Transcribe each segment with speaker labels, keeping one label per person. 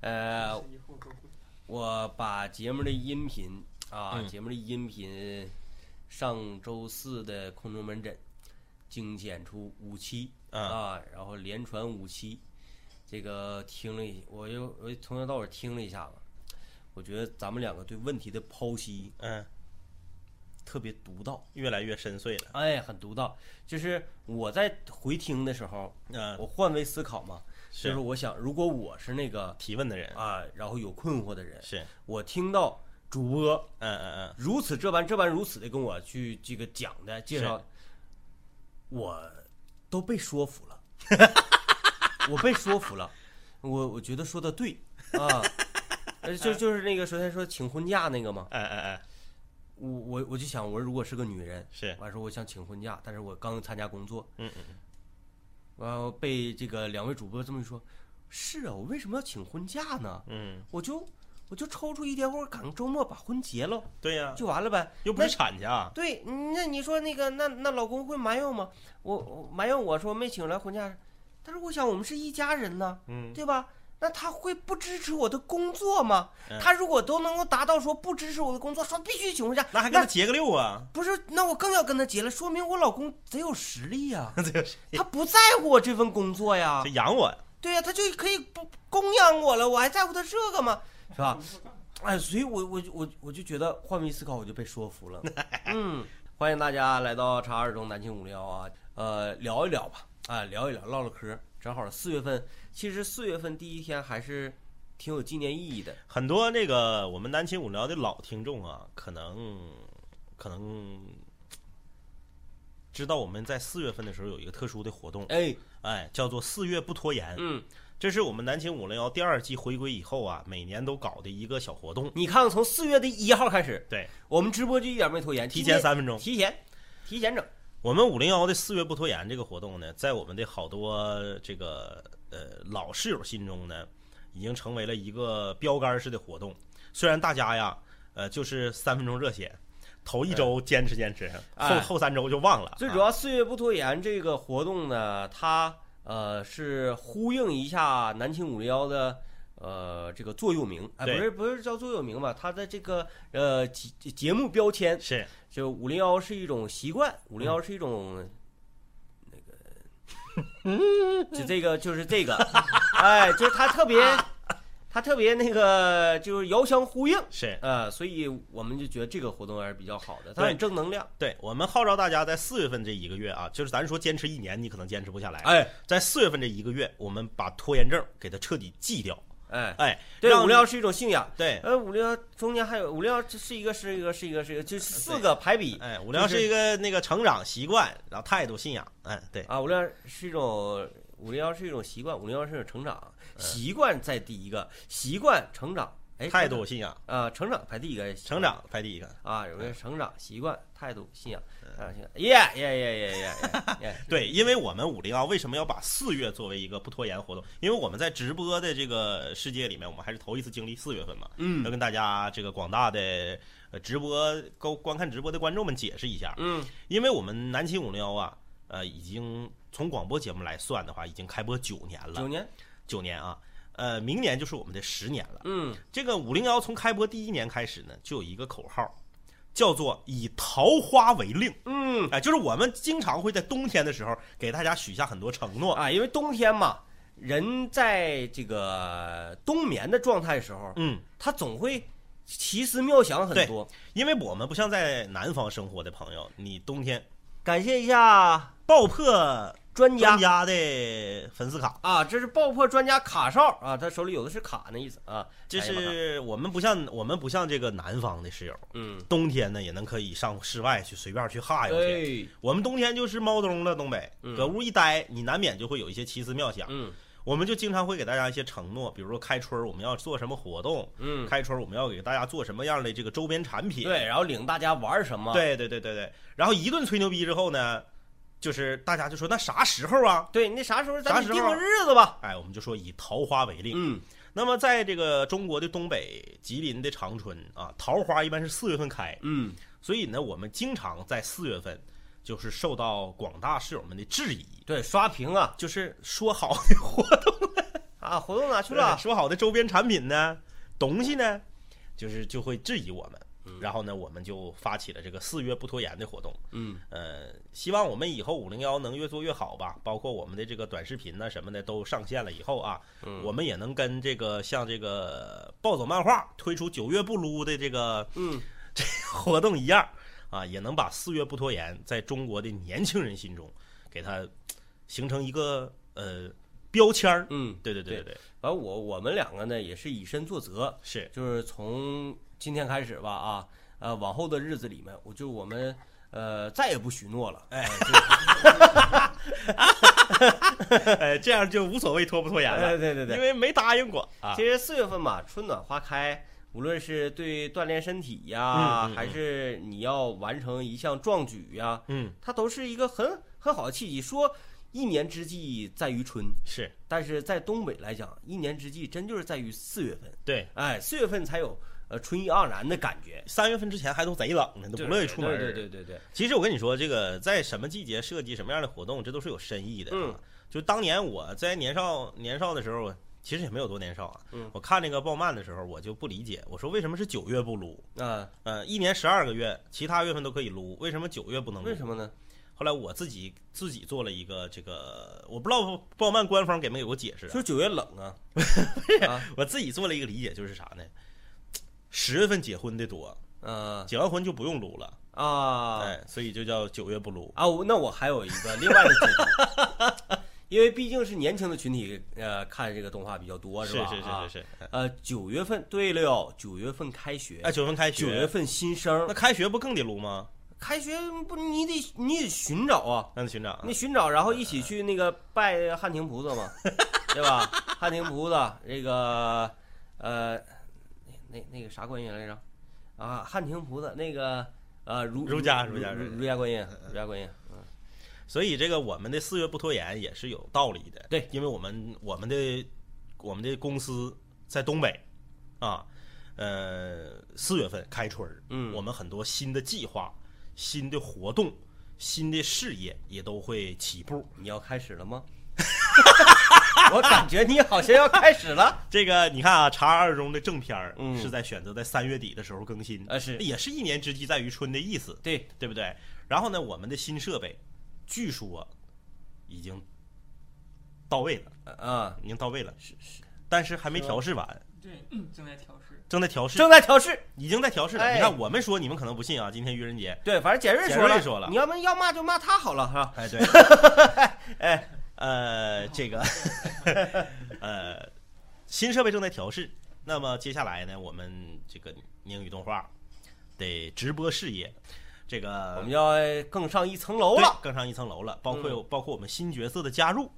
Speaker 1: 呃，我把节目的音频啊，
Speaker 2: 嗯
Speaker 1: 节目的音频，上周四的空中门诊精简出五期、
Speaker 2: 啊
Speaker 1: 啊，然后连传五期，这个听了一，我又我又从头到尾听了一下子，我觉得咱们两个对问题的剖析
Speaker 2: 嗯，
Speaker 1: 特别独到，
Speaker 2: 越来越深邃了。
Speaker 1: 哎，很独到。就是我在回听的时候，
Speaker 2: 嗯
Speaker 1: 我换位思考嘛，
Speaker 2: 是
Speaker 1: 就是我想，如果我是那个
Speaker 2: 提问的人
Speaker 1: 啊，然后有困惑的人，
Speaker 2: 是，
Speaker 1: 我听到主播
Speaker 2: 嗯嗯
Speaker 1: 如此这般这般如此的跟我去这个讲的介绍
Speaker 2: 是，
Speaker 1: 我都被说服 了，我被说服了，我我觉得说的 对啊，呃就就是那个昨天说请婚假那个嘛，
Speaker 2: 嗯，哎哎哎，
Speaker 1: 我我我就想，我如果是个女人，
Speaker 2: 是
Speaker 1: 我还说我想请婚假，但是我刚参加工作，
Speaker 2: 嗯
Speaker 1: 嗯，然后被这个两位主播这么一说，是啊，我为什么要请婚假呢？
Speaker 2: 嗯，
Speaker 1: 我就我就抽出一天，或者赶个周末把婚结了
Speaker 2: 对呀，
Speaker 1: 就完了呗。
Speaker 2: 又不是产去啊。
Speaker 1: 对，嗯那你说那个那那老公会埋怨吗？我我埋怨我说没请来婚假，但是我想我们是一家人呢，
Speaker 2: 嗯，
Speaker 1: 对吧？那他会不支持我的工作吗？
Speaker 2: 嗯
Speaker 1: 他如果都能够达到说不支持我的工作，说必须请婚假，
Speaker 2: 那还跟他结个六啊？
Speaker 1: 不是，那我更要跟他结了，说明我老公贼有实力 呀、
Speaker 2: 这个是
Speaker 1: 他不在乎我这份工作呀
Speaker 2: 这，养我
Speaker 1: 对呀、他就可以不供养我了，我还在乎他这个吗？是吧？哎，所以我我我我就觉得换位思考，我就被说服了。嗯，欢迎大家来到茶二中南青五零幺啊，呃，聊一聊吧，啊，聊一聊，唠唠嗑，正好四月份，其实四月份第一天还是挺有纪念意义的。
Speaker 2: 很多这个我们南秦五聊的老听众啊，可能可能知道我们在四月份的时候有一个特殊的活动，
Speaker 1: 哎，
Speaker 2: 哎，叫做四月不拖延。
Speaker 1: 嗯，
Speaker 2: 这是我们南秦五零幺第二季回归以后啊，每年都搞的一个小活动。
Speaker 1: 你看看从四月的一号开始，
Speaker 2: 对，
Speaker 1: 我们直播就一点没拖延，
Speaker 2: 提
Speaker 1: 今
Speaker 2: 前
Speaker 1: 天
Speaker 2: 三分钟。
Speaker 1: 提前，提前整。
Speaker 2: 我们五零幺的四月不拖延这个活动呢，在我们的好多这个呃老室友心中呢，已经成为了一个标杆式的活动。虽然大家呀，呃，就是三分钟热血，头一周坚持坚持，后
Speaker 1: 哎
Speaker 2: 后三周就忘了。
Speaker 1: 最主
Speaker 2: 啊
Speaker 1: 要四月不拖延这个活动呢，它呃是呼应一下南青五零幺的。呃，这个座右铭，哎，
Speaker 2: 对
Speaker 1: 不是不是叫座右铭吧？它的这个呃节节目标签，
Speaker 2: 是
Speaker 1: 就五零幺是一种习惯，五零幺是一种那个，就这个就是这个， 哎，就是它特别，它特别那个就是遥相呼应，
Speaker 2: 是，
Speaker 1: 呃，所以我们就觉得这个活动还是比较好的，它
Speaker 2: 对
Speaker 1: 很正能量。
Speaker 2: 对我们号召大家在四月份这一个月啊，就是咱说坚持一年，你可能坚持不下来。
Speaker 1: 哎
Speaker 2: 在四月份这一个月，我们把拖延症给它彻底戒掉。
Speaker 1: 哎，
Speaker 2: 哎，
Speaker 1: 对，
Speaker 2: 让
Speaker 1: 五零幺是一种信仰。
Speaker 2: 对，
Speaker 1: 呃，五零幺中间还有五零幺，这是一个是一个是一个是一个，就是四个排比
Speaker 2: 哎，五零幺是一个那个成长习惯，然后态度、信仰，哎，对，
Speaker 1: 啊。五零幺是一种五零幺是一种习惯，五零幺是一种成长习惯在第一个，习惯成长，哎，
Speaker 2: 态度、信仰。
Speaker 1: 啊，成长排第一个，
Speaker 2: 成长排第一个。
Speaker 1: 啊，有个成长习惯、态度、信仰，啊，信仰耶耶耶耶耶 耶，
Speaker 2: 对，因为我们五零幺为什么要把四月作为一个不拖延活动？因为我们在直播的这个世界里面，我们还是头一次经历四月份嘛，
Speaker 1: 嗯
Speaker 2: 要跟大家这个广大的呃直播观观看直播的观众们解释一下，
Speaker 1: 嗯，
Speaker 2: 因为我们南秦五零幺啊，呃，已经从广播节目来算的话，已经开播九年
Speaker 1: 九
Speaker 2: 了，
Speaker 1: 年，
Speaker 2: 九年啊，呃，明年就是我们的十年了。
Speaker 1: 嗯，
Speaker 2: 这个五零幺从开播第一年开始呢，就有一个口号，叫做以桃花为令。
Speaker 1: 嗯
Speaker 2: 哎，就是我们经常会在冬天的时候给大家许下很多承诺。
Speaker 1: 啊，因为冬天嘛，人在这个冬眠的状态时候，
Speaker 2: 嗯，
Speaker 1: 他总会奇思妙想很多。
Speaker 2: 因为我们不像在南方生活的朋友，你冬天
Speaker 1: 感谢一下
Speaker 2: 爆破
Speaker 1: 专家
Speaker 2: 专家的粉丝卡，
Speaker 1: 啊，这是爆破专家卡哨啊，他手里有的是卡那意思啊，
Speaker 2: 就
Speaker 1: 哎呀
Speaker 2: 是我们不像我们不像这个南方的室友，
Speaker 1: 嗯，
Speaker 2: 冬天呢也能可以上室外去随便去哈悠去。
Speaker 1: 对，
Speaker 2: 我们冬天就是猫冬了，东北
Speaker 1: 哎嗯
Speaker 2: 搁屋一待，你难免就会有一些奇思妙想。
Speaker 1: 嗯
Speaker 2: 我们就经常会给大家一些承诺，比如说开春儿我们要做什么活动，
Speaker 1: 嗯，
Speaker 2: 开春儿我们要给大家做什么样的这个周边产品，
Speaker 1: 对，啊然后领大家玩什么？
Speaker 2: 对对对对对，然后一顿吹牛逼之后呢，就是大家就说那啥时候啊？
Speaker 1: 对，那啥时候咱
Speaker 2: 啥
Speaker 1: 们
Speaker 2: 时候
Speaker 1: 定个日子吧？
Speaker 2: 哎，我们就说以桃花为令。
Speaker 1: 嗯，
Speaker 2: 那么在这个中国的东北、吉林的长春啊，桃花一般是四月份开，
Speaker 1: 嗯，
Speaker 2: 所以呢，我们经常在四月份就是受到广大室友们的质疑，
Speaker 1: 对，刷屏啊，
Speaker 2: 就是说好的活动呢，
Speaker 1: 啊，活动哪去了？
Speaker 2: 说好的周边产品呢，东西呢，就是就会质疑我们。然后呢，我们就发起了这个“四约不拖延”的活动。
Speaker 1: 嗯，
Speaker 2: 呃，希望我们以后五零幺能越做越好吧。包括我们的这个短视频呢什么的都上线了以后啊，我们也能跟这个像这个暴走漫画推出九月不撸的这个
Speaker 1: 嗯
Speaker 2: 这个活动一样啊，也能把“四约不拖延”在中国的年轻人心中给它形成一个呃标签儿。
Speaker 1: 嗯，
Speaker 2: 对对对对对，
Speaker 1: 反正我我们两个呢也是以身作则，
Speaker 2: 是
Speaker 1: 就是从今天开始吧啊，呃，往后的日子里面，我就我们呃再也不许诺了，哎，
Speaker 2: 哎，这样就无所谓拖不
Speaker 1: 哎
Speaker 2: 拖延了，
Speaker 1: 呃对对对
Speaker 2: 因。为没答应过啊
Speaker 1: 其。实四月份吧，春暖花开，无论是对锻炼身体呀、
Speaker 2: 嗯嗯嗯
Speaker 1: 还是你要完成一项壮举呀、
Speaker 2: 嗯，
Speaker 1: 它都是一个很很好的契机。说一年之计在于春，
Speaker 2: 是
Speaker 1: 但是在东北来讲，一年之计真就是在于四月份。
Speaker 2: 对。
Speaker 1: 哎，四月份才有呃春意盎然的感觉，
Speaker 2: 三月份之前还都贼冷呢，都不乐意出门。
Speaker 1: 对对对对对，
Speaker 2: 其实我跟你说，这个在什么季节设计什么样的活动，这都是有深意的、啊。
Speaker 1: 嗯，
Speaker 2: 就当年我在年少年少的时候，其实也没有多年少啊。
Speaker 1: 嗯
Speaker 2: 我看那个鲍曼的时候，我就不理解，我说为什么是九月不撸？
Speaker 1: 啊、
Speaker 2: 呃，一年十二个月，其他月份都可以撸，为什么九月不能撸？
Speaker 1: 为什么呢？
Speaker 2: 后来我自己自己做了一个这个，我不知道鲍曼官方给没给我解释啊、
Speaker 1: 说九月冷啊，啊
Speaker 2: 我自己做了一个理解，就是啥呢？十月份结婚的多，
Speaker 1: 呃
Speaker 2: 结完婚就不用撸了，
Speaker 1: 啊
Speaker 2: 哎，所以就叫九月不撸。
Speaker 1: 啊！我那我还有一个另外的解读，因为毕竟是年轻的群体，呃，看这个动画比较多，
Speaker 2: 是
Speaker 1: 吧？
Speaker 2: 是
Speaker 1: 啊
Speaker 2: 是是是，
Speaker 1: 呃，九月份，对了哟，九月份开学，
Speaker 2: 哎，九月份开学，
Speaker 1: 九月份新生
Speaker 2: 那开学不更得撸吗？
Speaker 1: 开学不，你得你得寻找啊，
Speaker 2: 那寻长
Speaker 1: 你寻找，然后一起去那个拜汉庭菩萨嘛，对吧？汉庭菩萨这个呃，那那那个啥观音来着？啊，汉庭菩萨那个呃儒
Speaker 2: 儒家儒
Speaker 1: 儒
Speaker 2: 家嗯儒
Speaker 1: 儒家观音，儒家观音，
Speaker 2: 所以这个我们的四月不拖延也是有道理的，
Speaker 1: 对，
Speaker 2: 因为我们我们的我们的公司在东北啊，呃，四月份开春儿，
Speaker 1: 嗯
Speaker 2: 我们很多新的计划、新的活动、新的事业也都会起步。
Speaker 1: 你要开始了吗？ 我感觉你好像要开始了，
Speaker 2: 这个你看啊，《查二中》的正片儿
Speaker 1: 嗯
Speaker 2: 是在选择在三月底的时候更新，
Speaker 1: 啊是
Speaker 2: 也是一年之计在于春的意思，
Speaker 1: 对，
Speaker 2: 对不对？然后呢，我们的新设备据说已经到位了，
Speaker 1: 啊，
Speaker 2: 已经到位了，
Speaker 1: 是是，
Speaker 2: 但是还没调试完，
Speaker 3: 对，嗯正在调试。
Speaker 2: 正在调试，
Speaker 1: 正在调试。
Speaker 2: 已经在调试了。
Speaker 1: 哎
Speaker 2: 你看，我们说你们可能不信啊，今天愚人节，
Speaker 1: 对，反正简瑞
Speaker 2: 简
Speaker 1: 说
Speaker 2: 瑞
Speaker 1: 了，
Speaker 2: 说了
Speaker 1: 你要么要骂就骂他好了哈。
Speaker 2: 哎，对，哎，呃，这个， 呃，新设备正在调试。那么接下来呢，我们这个英语动画的直播事业，这个
Speaker 1: 我们要更上一层楼
Speaker 2: 对
Speaker 1: 了。嗯
Speaker 2: 更上一层楼了。包括、包括我们新角色的加入，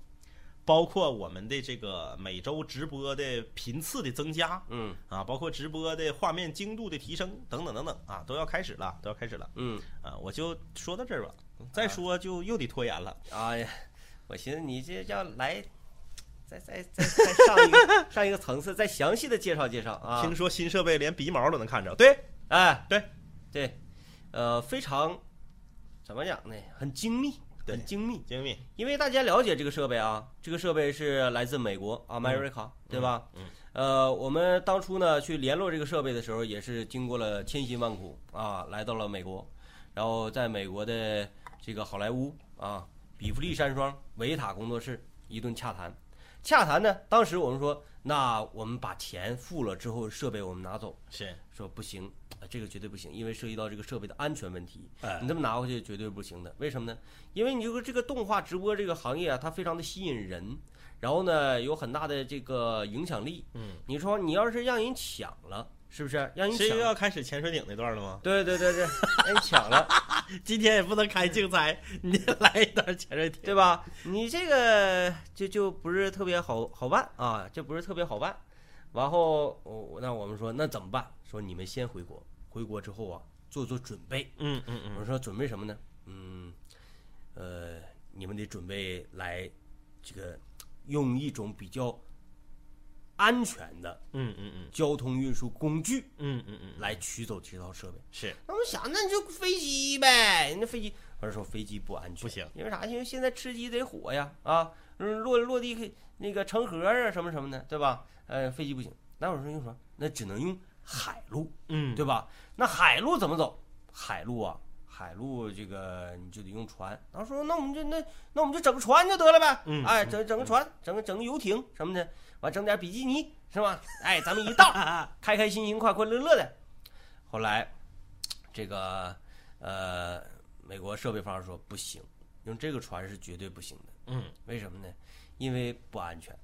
Speaker 2: 包括我们的这个每周直播的频次的增加
Speaker 1: 嗯
Speaker 2: 啊，包括直播的画面精度的提升等等等等啊，都要开始了，都要开始了
Speaker 1: 嗯，
Speaker 2: 啊！我就说到这儿吧，
Speaker 1: 啊
Speaker 2: 再说就又得拖延了。
Speaker 1: 哎呀，我寻思你这要来，再再再再上一 个上一个层次，再详细的介绍介绍啊
Speaker 2: 听。说新设备连鼻毛都能看着，对，
Speaker 1: 哎，
Speaker 2: 对
Speaker 1: 对，呃，非常怎么讲呢？很精密，
Speaker 2: 对
Speaker 1: 很精密。
Speaker 2: 精密，
Speaker 1: 因为大家了解这个设备啊，这个设备是来自美国啊 America，、对吧？
Speaker 2: 嗯
Speaker 1: 呃，我们当初呢去联络这个设备的时候，也是经过了千辛万苦啊，来到了美国，然后在美国的这个好莱坞啊，比弗利山庄维塔工作室一顿洽谈。洽谈呢，当时我们说，那我们把钱付了之后，设备我们拿走。
Speaker 2: 是，
Speaker 1: 说不行，啊这个绝对不行，因为涉及到这个设备的安全问题。
Speaker 2: 哎
Speaker 1: 你这么拿回去绝对不行的，为什么呢？因为你这个这个动画直播这个行业啊，它非常的吸引人，然后呢有很大的这个影响力。
Speaker 2: 嗯，
Speaker 1: 你说你要是让人抢了，是不是？让人
Speaker 2: 这
Speaker 1: 抢
Speaker 2: 又
Speaker 1: 了，
Speaker 2: 要开始潜水艇那段了吗？
Speaker 1: 对对对对，让人抢了，
Speaker 2: 今天也不能开竞猜，你得来一段潜水艇。
Speaker 1: 对吧？你这个就就不是特别好好办啊，这不是特别好办。然后我那我们说那怎么办？说你们先回国，回国之后啊，做做准备。
Speaker 2: 嗯嗯
Speaker 1: 我
Speaker 2: 嗯，
Speaker 1: 说准备什么呢？嗯，呃，你们得准备来这个用一种比较安全的
Speaker 2: 嗯嗯嗯
Speaker 1: 交通运输工具
Speaker 2: 嗯嗯嗯，
Speaker 1: 来取走这套设备。
Speaker 2: 是
Speaker 1: 那我想，那你就飞机呗，那飞机。我是说飞机不安全，
Speaker 2: 不行，
Speaker 1: 因为啥？因为现在吃鸡得火呀，啊，嗯，落落地那个成盒啊什么什么的，对吧？呃，飞机不行，那有时候用什么？那只能用海路，
Speaker 2: 嗯，
Speaker 1: 对吧？那海路怎么走？海路啊，海路这个你就得用船。然后说那我们就那那我们就整个船就得了呗，
Speaker 2: 嗯
Speaker 1: 哎，整整个船，整个整个游艇什么的，完整点比基尼是吧？哎，咱们一 道开开心心、快快乐乐的。后来这个呃，美国设备方说不行，用这个船是绝对不行的。
Speaker 2: 嗯，
Speaker 1: 为什么呢？因为不安全。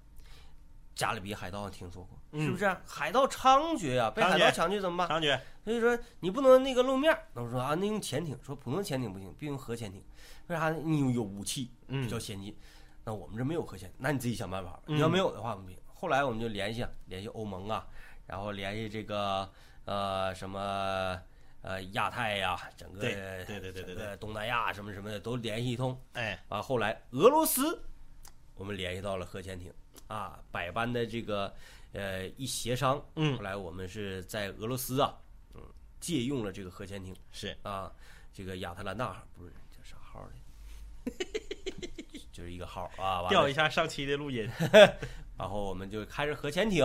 Speaker 1: 加勒比海盗听说过，
Speaker 2: 嗯
Speaker 1: 是不是啊、海盗猖獗呀、被
Speaker 2: 猖獗
Speaker 1: 海盗抢去怎么办？
Speaker 2: 张局，
Speaker 1: 所以说你不能那个露面儿。那我说啊，那用潜艇，说普通潜艇不行，必须用核潜艇。为啥呢？你有有武器
Speaker 2: 嗯
Speaker 1: 比较先进，那我们这没有核潜，那你自己想办法吧。
Speaker 2: 嗯
Speaker 1: 你要没有的话，我们不行。后来我们就联系啊，联系欧盟啊，然后联系这个呃什么呃亚太呀、整个
Speaker 2: 对对对对
Speaker 1: 整
Speaker 2: 对
Speaker 1: 个东南亚什么什么的都联系一通。
Speaker 2: 哎，
Speaker 1: 啊，后来俄罗斯，我们联系到了核潜艇啊，百般的这个呃一协商，
Speaker 2: 嗯
Speaker 1: 后来我们是在俄罗斯啊，嗯，借用了这个核潜艇
Speaker 2: 是
Speaker 1: 啊，这个亚特兰大号不是叫啥号来着，就是一个号啊，完了
Speaker 2: 调一下上期的录音，
Speaker 1: 然后我们就开着核潜艇，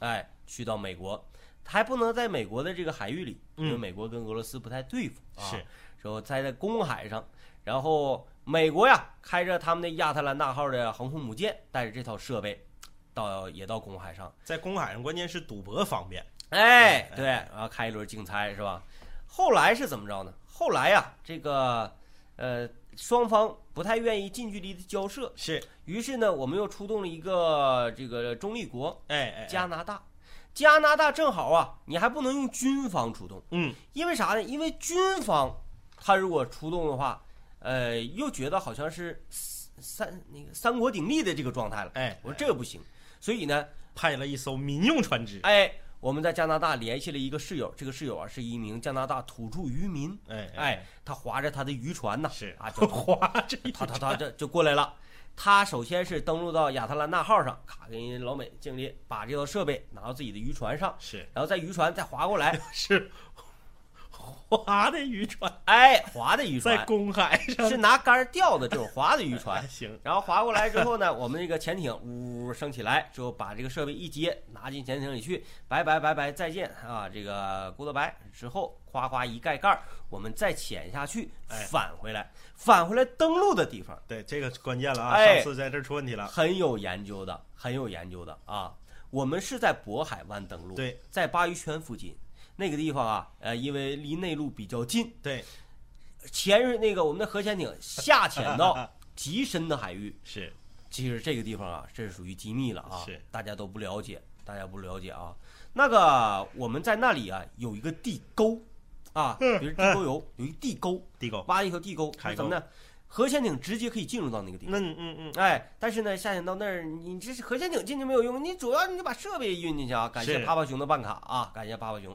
Speaker 1: 哎，去到美国，还不能在美国的这个海域里，
Speaker 2: 嗯
Speaker 1: 因为美国跟俄罗斯不太对付，啊、
Speaker 2: 是，
Speaker 1: 然后在在公海上，然后美国呀开着他们的亚特兰大号的航空母舰，带着这套设备，到也到公海上，
Speaker 2: 在公海上，关键是赌博方便，
Speaker 1: 哎，对，然后开一轮竞猜是吧？后来是怎么着呢？后来呀，这个呃双方不太愿意近距离的交涉，
Speaker 2: 是，
Speaker 1: 于是呢，我们又出动了一个这个中立国，
Speaker 2: 哎哎，
Speaker 1: 加拿大，加拿大正好啊，你还不能用军方出动，
Speaker 2: 嗯，
Speaker 1: 因为啥呢？因为军方他如果出动的话，呃，又觉得好像是三那个三国鼎立的这个状态了。
Speaker 2: 哎，
Speaker 1: 我说这个不行，所以呢，
Speaker 2: 派了一艘民用船只，
Speaker 1: 哎，我们在加拿大联系了一个室友，这个室友啊是一名加拿大土著渔民，
Speaker 2: 哎
Speaker 1: 哎，他划着他的渔船呐，
Speaker 2: 是
Speaker 1: 啊，就
Speaker 2: 划着一
Speaker 1: 他他他这就过来了。他首先是登陆到亚特兰大号上，卡跟人老美经理把这套设备拿到自己的渔船上，
Speaker 2: 是
Speaker 1: 然后在渔船再划过来，
Speaker 2: 是 划的渔船，
Speaker 1: 哎，划的渔
Speaker 2: 在
Speaker 1: 船
Speaker 2: 公海上，
Speaker 1: 是拿杆儿吊的这种划的渔船
Speaker 2: 哎， 行，
Speaker 1: 然后划过来之后呢，我们这个潜艇呜升起来之后，把这个设备一接，拿进潜艇里去，拜拜拜拜，再见啊，这个 goodbye 之后，夸夸一盖盖儿，我们再潜下去
Speaker 2: 哎，
Speaker 1: 返回来，返回来登陆的地方。
Speaker 2: 对，这个关键了啊，
Speaker 1: 哎
Speaker 2: 上次在这儿出问题了，
Speaker 1: 很有研究的，很有研究的啊。我们是在渤海湾登陆，
Speaker 2: 对，
Speaker 1: 在鲅鱼圈附近那个地方啊，呃，因为离内陆比较近，
Speaker 2: 对，
Speaker 1: 潜水那个我们的核潜艇下潜到 极深的海域，
Speaker 2: 是
Speaker 1: 其实这个地方啊，这是属于机密了啊，
Speaker 2: 是
Speaker 1: 大家都不了解，大家不了解啊。那个我们在那里啊有一个地沟啊，比如地沟油，有一地沟，
Speaker 2: 地沟，
Speaker 1: 挖一条地沟，
Speaker 2: 嗯开沟
Speaker 1: 怎么呢？核潜艇直接可以进入到那个地方。
Speaker 2: 那嗯嗯
Speaker 1: 哎，但是呢，下潜到那儿，你这是核潜艇进去没有用，你主要你就把设备运进去啊。感谢
Speaker 2: 是
Speaker 1: 啪啪熊的办卡啊，感谢啪啪熊。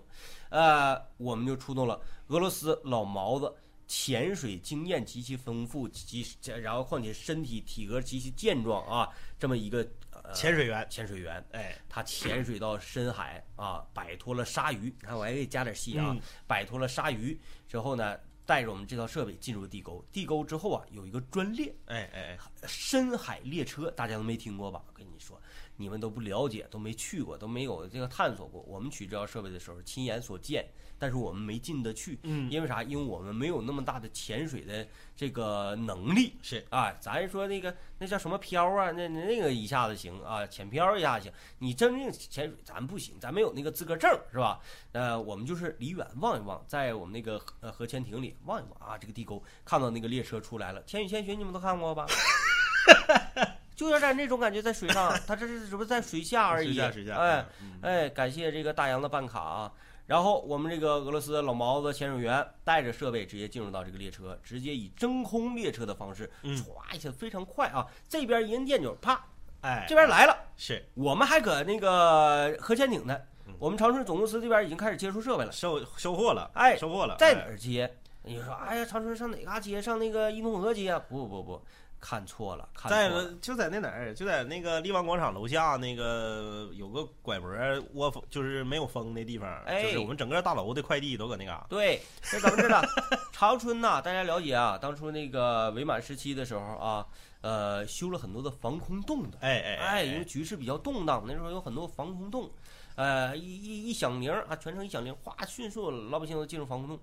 Speaker 1: 呃，我们就出动了俄罗斯老毛子，潜水经验极其丰富，极然后况且身体体格极其健壮啊，这么一个呃
Speaker 2: 嗯，潜水员，
Speaker 1: 潜水员，
Speaker 2: 哎，
Speaker 1: 他潜水到深海啊，摆脱了鲨鱼。你看，我还给加点戏啊，
Speaker 2: 嗯
Speaker 1: 摆脱了鲨鱼之后呢，带着我们这套设备进入地沟，地沟之后啊，有一个专列。
Speaker 2: 哎哎哎，
Speaker 1: 深海列车，大家都没听过吧？我跟你说，你们都不了解，都没去过，都没有这个探索过。我们取这套设备的时候，亲眼所见，但是我们没进得去，
Speaker 2: 嗯，
Speaker 1: 因为啥？因为我们没有那么大的潜水的这个能力。
Speaker 2: 是
Speaker 1: 啊，咱说那个那叫什么漂啊？那那那个一下子行啊，浅漂一下子行。你真正潜水，咱不行，咱没有那个资格证，是吧？呃，我们就是离远望一望，在我们那个核呃核潜艇里望一望啊，这个地沟看到那个列车出来了，《千与千寻》你们都看过吧？ 就有点那种感觉，在水上，它这是只不过在水下而已。
Speaker 2: 水下水下，
Speaker 1: 哎，
Speaker 2: 嗯，
Speaker 1: 哎，感谢这个大洋的办卡啊。然后我们这个俄罗斯老毛子潜水员带着设备直接进入到这个列车，直接以真空列车的方式，
Speaker 2: 嗯
Speaker 1: 歘一下非常快啊！这边一摁电钮，啪，
Speaker 2: 哎，
Speaker 1: 这边来了。
Speaker 2: 是
Speaker 1: 我们还搁那个核潜艇呢
Speaker 2: 嗯，哎
Speaker 1: 我们长春总公司这边已经开始接收设备了，
Speaker 2: 收收获了，
Speaker 1: 哎
Speaker 2: 收获了，
Speaker 1: 在
Speaker 2: 哎
Speaker 1: 哪儿接？你说，哎呀，长春上哪嘎接？上那个一通混合接啊？不不不，看错了，看
Speaker 2: 在
Speaker 1: 错了，
Speaker 2: 就在那哪儿，就在那个力旺广场楼下那个有个拐脖儿窝风，就是没有风的地方，
Speaker 1: 哎
Speaker 2: 就是我们整个大楼的快递都搁那嘎、
Speaker 1: 对，在咱们这儿呢，长春呐、大家了解啊，当初那个伪满时期的时候啊，呃，修了很多的防空洞的，
Speaker 2: 哎哎
Speaker 1: 哎，因为局势比较动荡，那时候有很多防空洞，呃，一一一响铃儿啊，全程一响铃，哗，迅速老百姓都进入防空洞。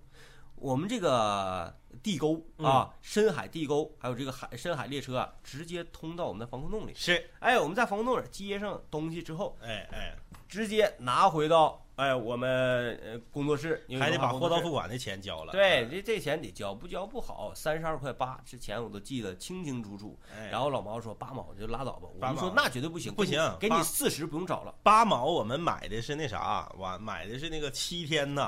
Speaker 1: 我们这个地沟
Speaker 2: 嗯
Speaker 1: 啊，深海地沟，还有这个海深海列车啊，直接通到我们的防空洞里。
Speaker 2: 是，
Speaker 1: 哎，我们在防空洞里接上东西之后，
Speaker 2: 哎哎，
Speaker 1: 直接拿回到哎我们呃工作室，因为
Speaker 2: 还得
Speaker 1: 文化
Speaker 2: 把
Speaker 1: 工
Speaker 2: 货
Speaker 1: 作
Speaker 2: 到
Speaker 1: 室
Speaker 2: 付款的钱交了，嗯
Speaker 1: 对，，这这钱得交，不交不好。三十二块八之前我都记得清清楚楚。
Speaker 2: 哎，
Speaker 1: 然后老毛说八毛就拉倒吧，我
Speaker 2: 八
Speaker 1: 们
Speaker 2: 毛
Speaker 1: 说那绝对不行，
Speaker 2: 不
Speaker 1: 给你
Speaker 2: 行
Speaker 1: 给你
Speaker 2: 八
Speaker 1: 四十不用找了
Speaker 2: 八毛我们买的是那啥，我买的是那个七天呐，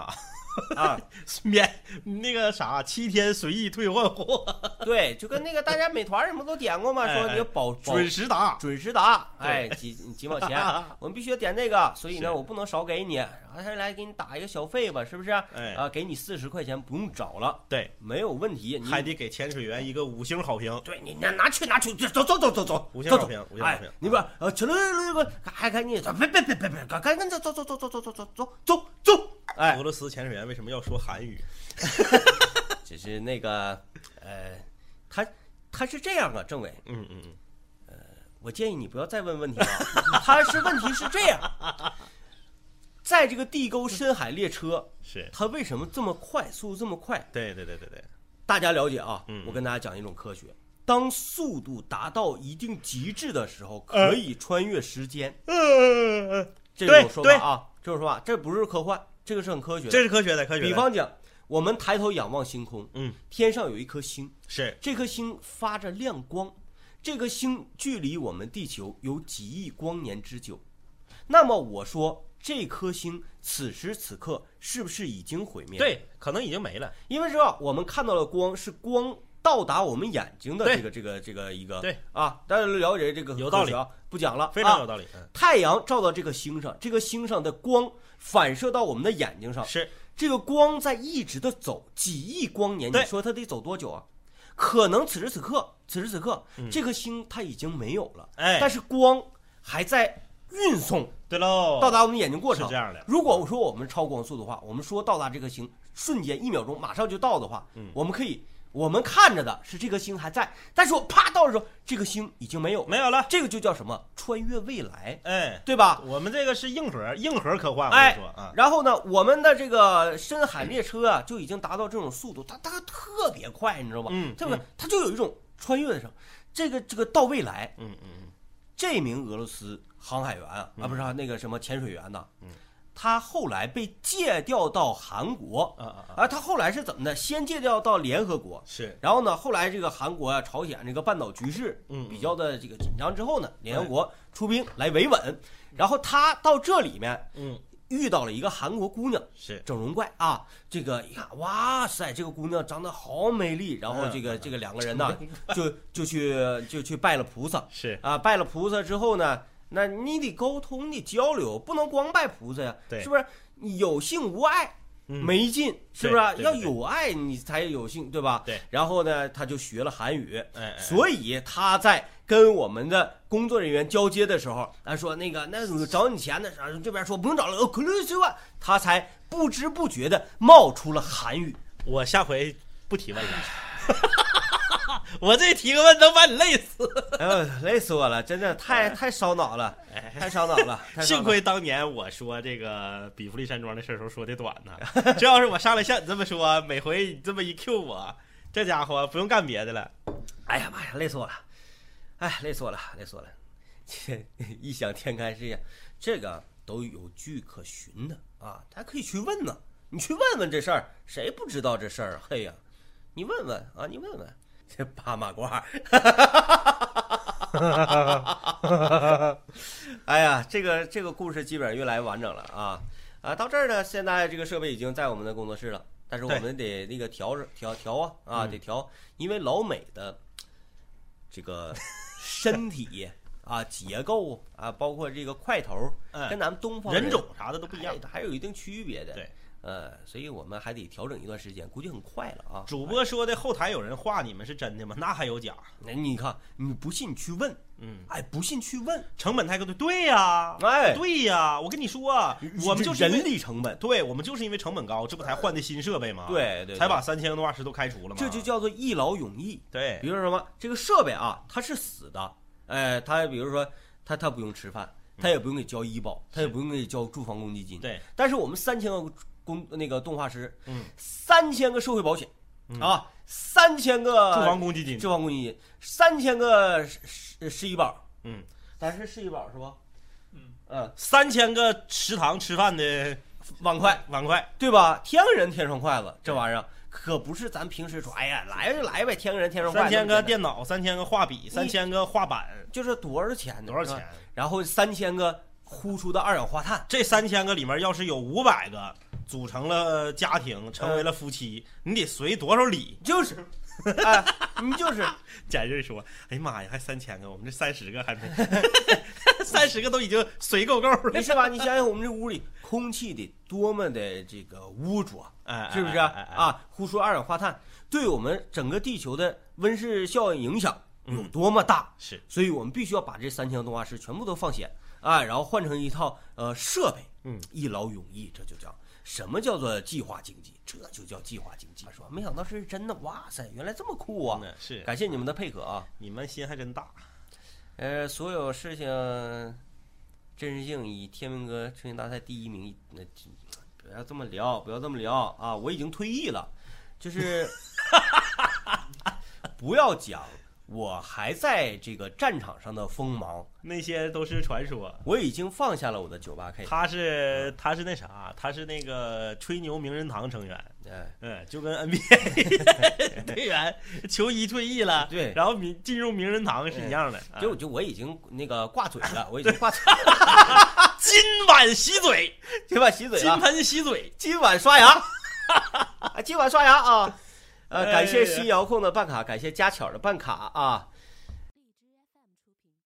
Speaker 1: 啊。
Speaker 2: 免那个啥七天随意退换货，
Speaker 1: 对，就跟那个大家美团什么都点过嘛，
Speaker 2: 哎
Speaker 1: 说你要
Speaker 2: 哎
Speaker 1: 保保
Speaker 2: 准时达，
Speaker 1: 准时达，
Speaker 2: 对
Speaker 1: 哎，几几毛钱， 我们必须要点这个，所以呢，
Speaker 2: 是
Speaker 1: 我不能少给你，然后他来给你打一个小费吧，是不是？
Speaker 2: 哎
Speaker 1: 啊，给你四十块钱不用找了，
Speaker 2: 对，
Speaker 1: 没有问题，你
Speaker 2: 还得给潜水员一个五星好评，
Speaker 1: 对你拿拿去拿去，走走走走走，
Speaker 2: 五星
Speaker 1: 走
Speaker 2: 好
Speaker 1: 走
Speaker 2: 评五星
Speaker 1: 哎
Speaker 2: 好评
Speaker 1: 你不呃，去了那个还赶紧走，别别别别别，赶赶紧走走走走走走走走走走走，哎，
Speaker 2: 俄罗斯潜水员为什么要说韩语？
Speaker 1: 只是那个呃，他他是这样啊，政委，
Speaker 2: 嗯嗯嗯，
Speaker 1: 我建议你不要再问问题了，他是问题是这样，在这个地沟深海列车，
Speaker 2: 是
Speaker 1: 它为什么这么快，速度这么快？
Speaker 2: 对对对对对，
Speaker 1: 大家了解啊，
Speaker 2: 嗯
Speaker 1: 我跟大家讲一种科学。当速度达到一定极致的时候，可以穿越时间。
Speaker 2: 呃，
Speaker 1: 这
Speaker 2: 对
Speaker 1: 种说法啊，这种说法，这不是科幻，这个是很科学的。
Speaker 2: 这是科学的，科学的。
Speaker 1: 比方讲，我们抬头仰望星空，
Speaker 2: 嗯，
Speaker 1: 天上有一颗星，
Speaker 2: 是
Speaker 1: 这颗星发着亮光，这颗星距离我们地球有几亿光年之久。那么我说，这颗星此时此刻是不是已经毁灭？，
Speaker 2: 对，可能已经没了。
Speaker 1: 因为知道我们看到的光是光到达我们眼睛的
Speaker 2: 对
Speaker 1: 这个这个这个一个
Speaker 2: 对
Speaker 1: 啊，大家了解这个
Speaker 2: 有道
Speaker 1: 科
Speaker 2: 理
Speaker 1: 学啊，不讲了，
Speaker 2: 非
Speaker 1: 啊
Speaker 2: 常有道理。嗯，
Speaker 1: 太阳照到这颗星上，这颗星上的光反射到我们的眼睛上，
Speaker 2: 是
Speaker 1: 这个光在一直的走，几亿光年，你
Speaker 2: 对
Speaker 1: 说它得走多久啊？可能此时此刻，此时此刻，
Speaker 2: 嗯
Speaker 1: 这颗星它已经没有了，
Speaker 2: 哎
Speaker 1: 但是光还在运送
Speaker 2: 对喽。
Speaker 1: 到达我们眼睛过程。
Speaker 2: 哦是这样的
Speaker 1: 如果我说我们超光速的话，我们说到达这颗星瞬间一秒钟马上就到的话，
Speaker 2: 嗯
Speaker 1: 我们可以。我们看着的是这颗星还在，但是我啪到的时候，这颗星已经没有了，
Speaker 2: 没有了。
Speaker 1: 这个就叫什么？穿越未来。
Speaker 2: 哎，
Speaker 1: 对吧？
Speaker 2: 我们这个是硬核，硬核科幻。我跟
Speaker 1: 哎
Speaker 2: 你说啊，，
Speaker 1: 然后呢，我们的这个深海列车啊，就已经达到这种速度，它它特别快，你知道吧？
Speaker 2: 嗯
Speaker 1: 特别快，它就有一种穿越的时候，这个这个到未来，
Speaker 2: 嗯嗯嗯，
Speaker 1: 这名俄罗斯航海员啊，啊不是啊、那个什么潜水员呐、
Speaker 2: 嗯
Speaker 1: 他后来被借调到韩国
Speaker 2: 啊啊啊
Speaker 1: 啊，他后来是怎么的？先借调到联合国，
Speaker 2: 是
Speaker 1: 然后呢，后来这个韩国啊、朝鲜这个半岛局势
Speaker 2: 嗯
Speaker 1: 比较的这个紧张之后呢，联合国出兵来维稳，然后他到这里面，
Speaker 2: 嗯，
Speaker 1: 遇到了一个韩国姑娘。
Speaker 2: 是
Speaker 1: 整容怪啊！这个一看，哇塞，这个姑娘长得好美丽。然后这
Speaker 2: 嗯
Speaker 1: 个这个两个人 呢，就就去就去拜了菩萨
Speaker 2: 是，
Speaker 1: 啊！拜了菩萨之后呢，那你得沟通，你得交流，不能光拜菩萨呀，
Speaker 2: 对
Speaker 1: 是不是？你有性无爱
Speaker 2: 嗯
Speaker 1: 没劲，是不是啊？
Speaker 2: 对对
Speaker 1: 要
Speaker 2: 对
Speaker 1: 有爱你才有性，对吧？
Speaker 2: 对。
Speaker 1: 然后呢，他就学了韩语，
Speaker 2: 哎哎，
Speaker 1: 所以他在跟我们的工作人员交接的时候，他说那个那个找你钱的时候，这边说不用找了，呃，可能是吧，他才不知不觉的冒出了韩语。
Speaker 2: 我下回不提问了。 我这提个问能把你累 死。
Speaker 1: 哎呦，累死我了，真的太太烧脑了，太烧脑 了，太烧
Speaker 2: 幸
Speaker 1: 脑了。
Speaker 2: 亏当年我说这个比弗利山庄的事儿时候说的短呢，这要是我上来像你这么说，每回你这么一 Q 我，这家伙不用干别的了。
Speaker 1: 哎呀妈呀，累死我了，哎，累死我了，累死我了。 这异想天开是呀，这个都有据可循的啊，大家可以去问呢，你去问问这事儿，谁不知道这事儿啊？嘿呀，你问问啊，你问问这八马褂儿。 哎呀，这个这个故事基本上越来越完整了啊啊！到这儿呢，现在这个设备已经在我们的工作室了，但是我
Speaker 2: 对嗯
Speaker 1: 们得那个调着调调啊啊，得调，因为老美的这个身体啊结构啊，包括这个块头，
Speaker 2: 嗯
Speaker 1: 跟咱们东方
Speaker 2: 人种啥的都不一样。
Speaker 1: 还有一定区别的。
Speaker 2: 对
Speaker 1: 呃，所以我们还得调整一段时间，估计很快了啊。
Speaker 2: 主播说的后台有人画你们是真的吗？那还有假？
Speaker 1: 那哎你看，你不信你去问，
Speaker 2: 嗯，
Speaker 1: 哎，不信去问，
Speaker 2: 成本太高的，对呀，
Speaker 1: 哎
Speaker 2: 对呀，我跟你说啊，我们就是因为
Speaker 1: 人力成本，
Speaker 2: 对，我们就是因为成本高，这不才换的新设备吗？
Speaker 1: 对对
Speaker 2: 才把三千个动画师都开除了吗？
Speaker 1: 这就叫做一劳永逸。比
Speaker 2: 对，
Speaker 1: 如说什么，这个设备啊，它是死的，哎，它比如说它它不用吃饭，它也不用给交医保，它也不用给交住房公积金，
Speaker 2: 嗯对，
Speaker 1: 但是我们三千个工那个动画师，
Speaker 2: 嗯，
Speaker 1: 三千个社会保险，啊，三千个
Speaker 2: 住房公积金，
Speaker 1: 住房公积金，三千个失失失医保，
Speaker 2: 嗯，
Speaker 1: 咱是失医保是吧？
Speaker 3: 嗯
Speaker 1: 嗯，
Speaker 2: 三千个食堂吃饭的
Speaker 1: 碗筷
Speaker 2: 碗筷，
Speaker 1: 对吧？天上人天上筷子，这玩意儿可不是咱平时说，哎呀，来就来呗，天上人天上筷
Speaker 2: 三
Speaker 1: 子。
Speaker 2: 千个电脑，三千个画笔，三千个画板，
Speaker 1: 就是多少钱呢？
Speaker 2: 多少
Speaker 1: 是吧？
Speaker 2: 钱？
Speaker 1: 然后三千个呼出的二氧化碳，
Speaker 2: 这三千个里面要是有五百个组成了家庭，成为了夫妻，你得随多少礼？
Speaker 1: 就是， 哎，你就是
Speaker 2: 贾瑞说：“哎呀妈呀，还三千个，我们这三十个还没， 三十个都已经随够够了，
Speaker 1: 你是吧？你想想我们这屋里空气得多么的这个污浊，
Speaker 2: 哎，
Speaker 1: 是不是
Speaker 2: 哎
Speaker 1: 啊？
Speaker 2: 哎哎
Speaker 1: 啊呼出二氧化碳对我们整个地球的温室效应影响有多么大？
Speaker 2: 嗯是
Speaker 1: 所以我们必须要把这三千个动画师全部都放血啊，然后换成一套呃设备，
Speaker 2: 嗯，
Speaker 1: 一劳永逸，这就叫什么叫做计划经济？这就叫计划经济。说没想到是真的，哇塞，原来这么酷啊！
Speaker 2: 嗯是
Speaker 1: 感谢你们的配合啊，
Speaker 2: 你们心还真大。
Speaker 1: 呃，所有事情真实性以天明哥春节大赛第一名，那不要这么聊，不要这么聊啊！我已经退役了，就是 不要讲我还在这个战场上的锋芒，
Speaker 2: 那些都是传说，
Speaker 1: 我已经放下了我的九八 K，
Speaker 2: 他是他是那啥，他是那个吹牛名人堂成员，
Speaker 1: 哎，
Speaker 2: 嗯，就跟 NBA 队员球衣退役了，
Speaker 1: 对
Speaker 2: 然后名进入名人堂是一样的。啊
Speaker 1: 就就我已经那个挂嘴了，我已经挂 嘴，
Speaker 2: 金碗洗嘴，
Speaker 1: 今晚洗嘴
Speaker 2: 金
Speaker 1: 了，
Speaker 2: 盆洗嘴，
Speaker 1: 今晚刷牙， 啊，今晚刷牙啊！呃，感
Speaker 2: 哎
Speaker 1: 谢
Speaker 2: 呀
Speaker 1: 西遥控的办卡，感谢家巧的办卡啊！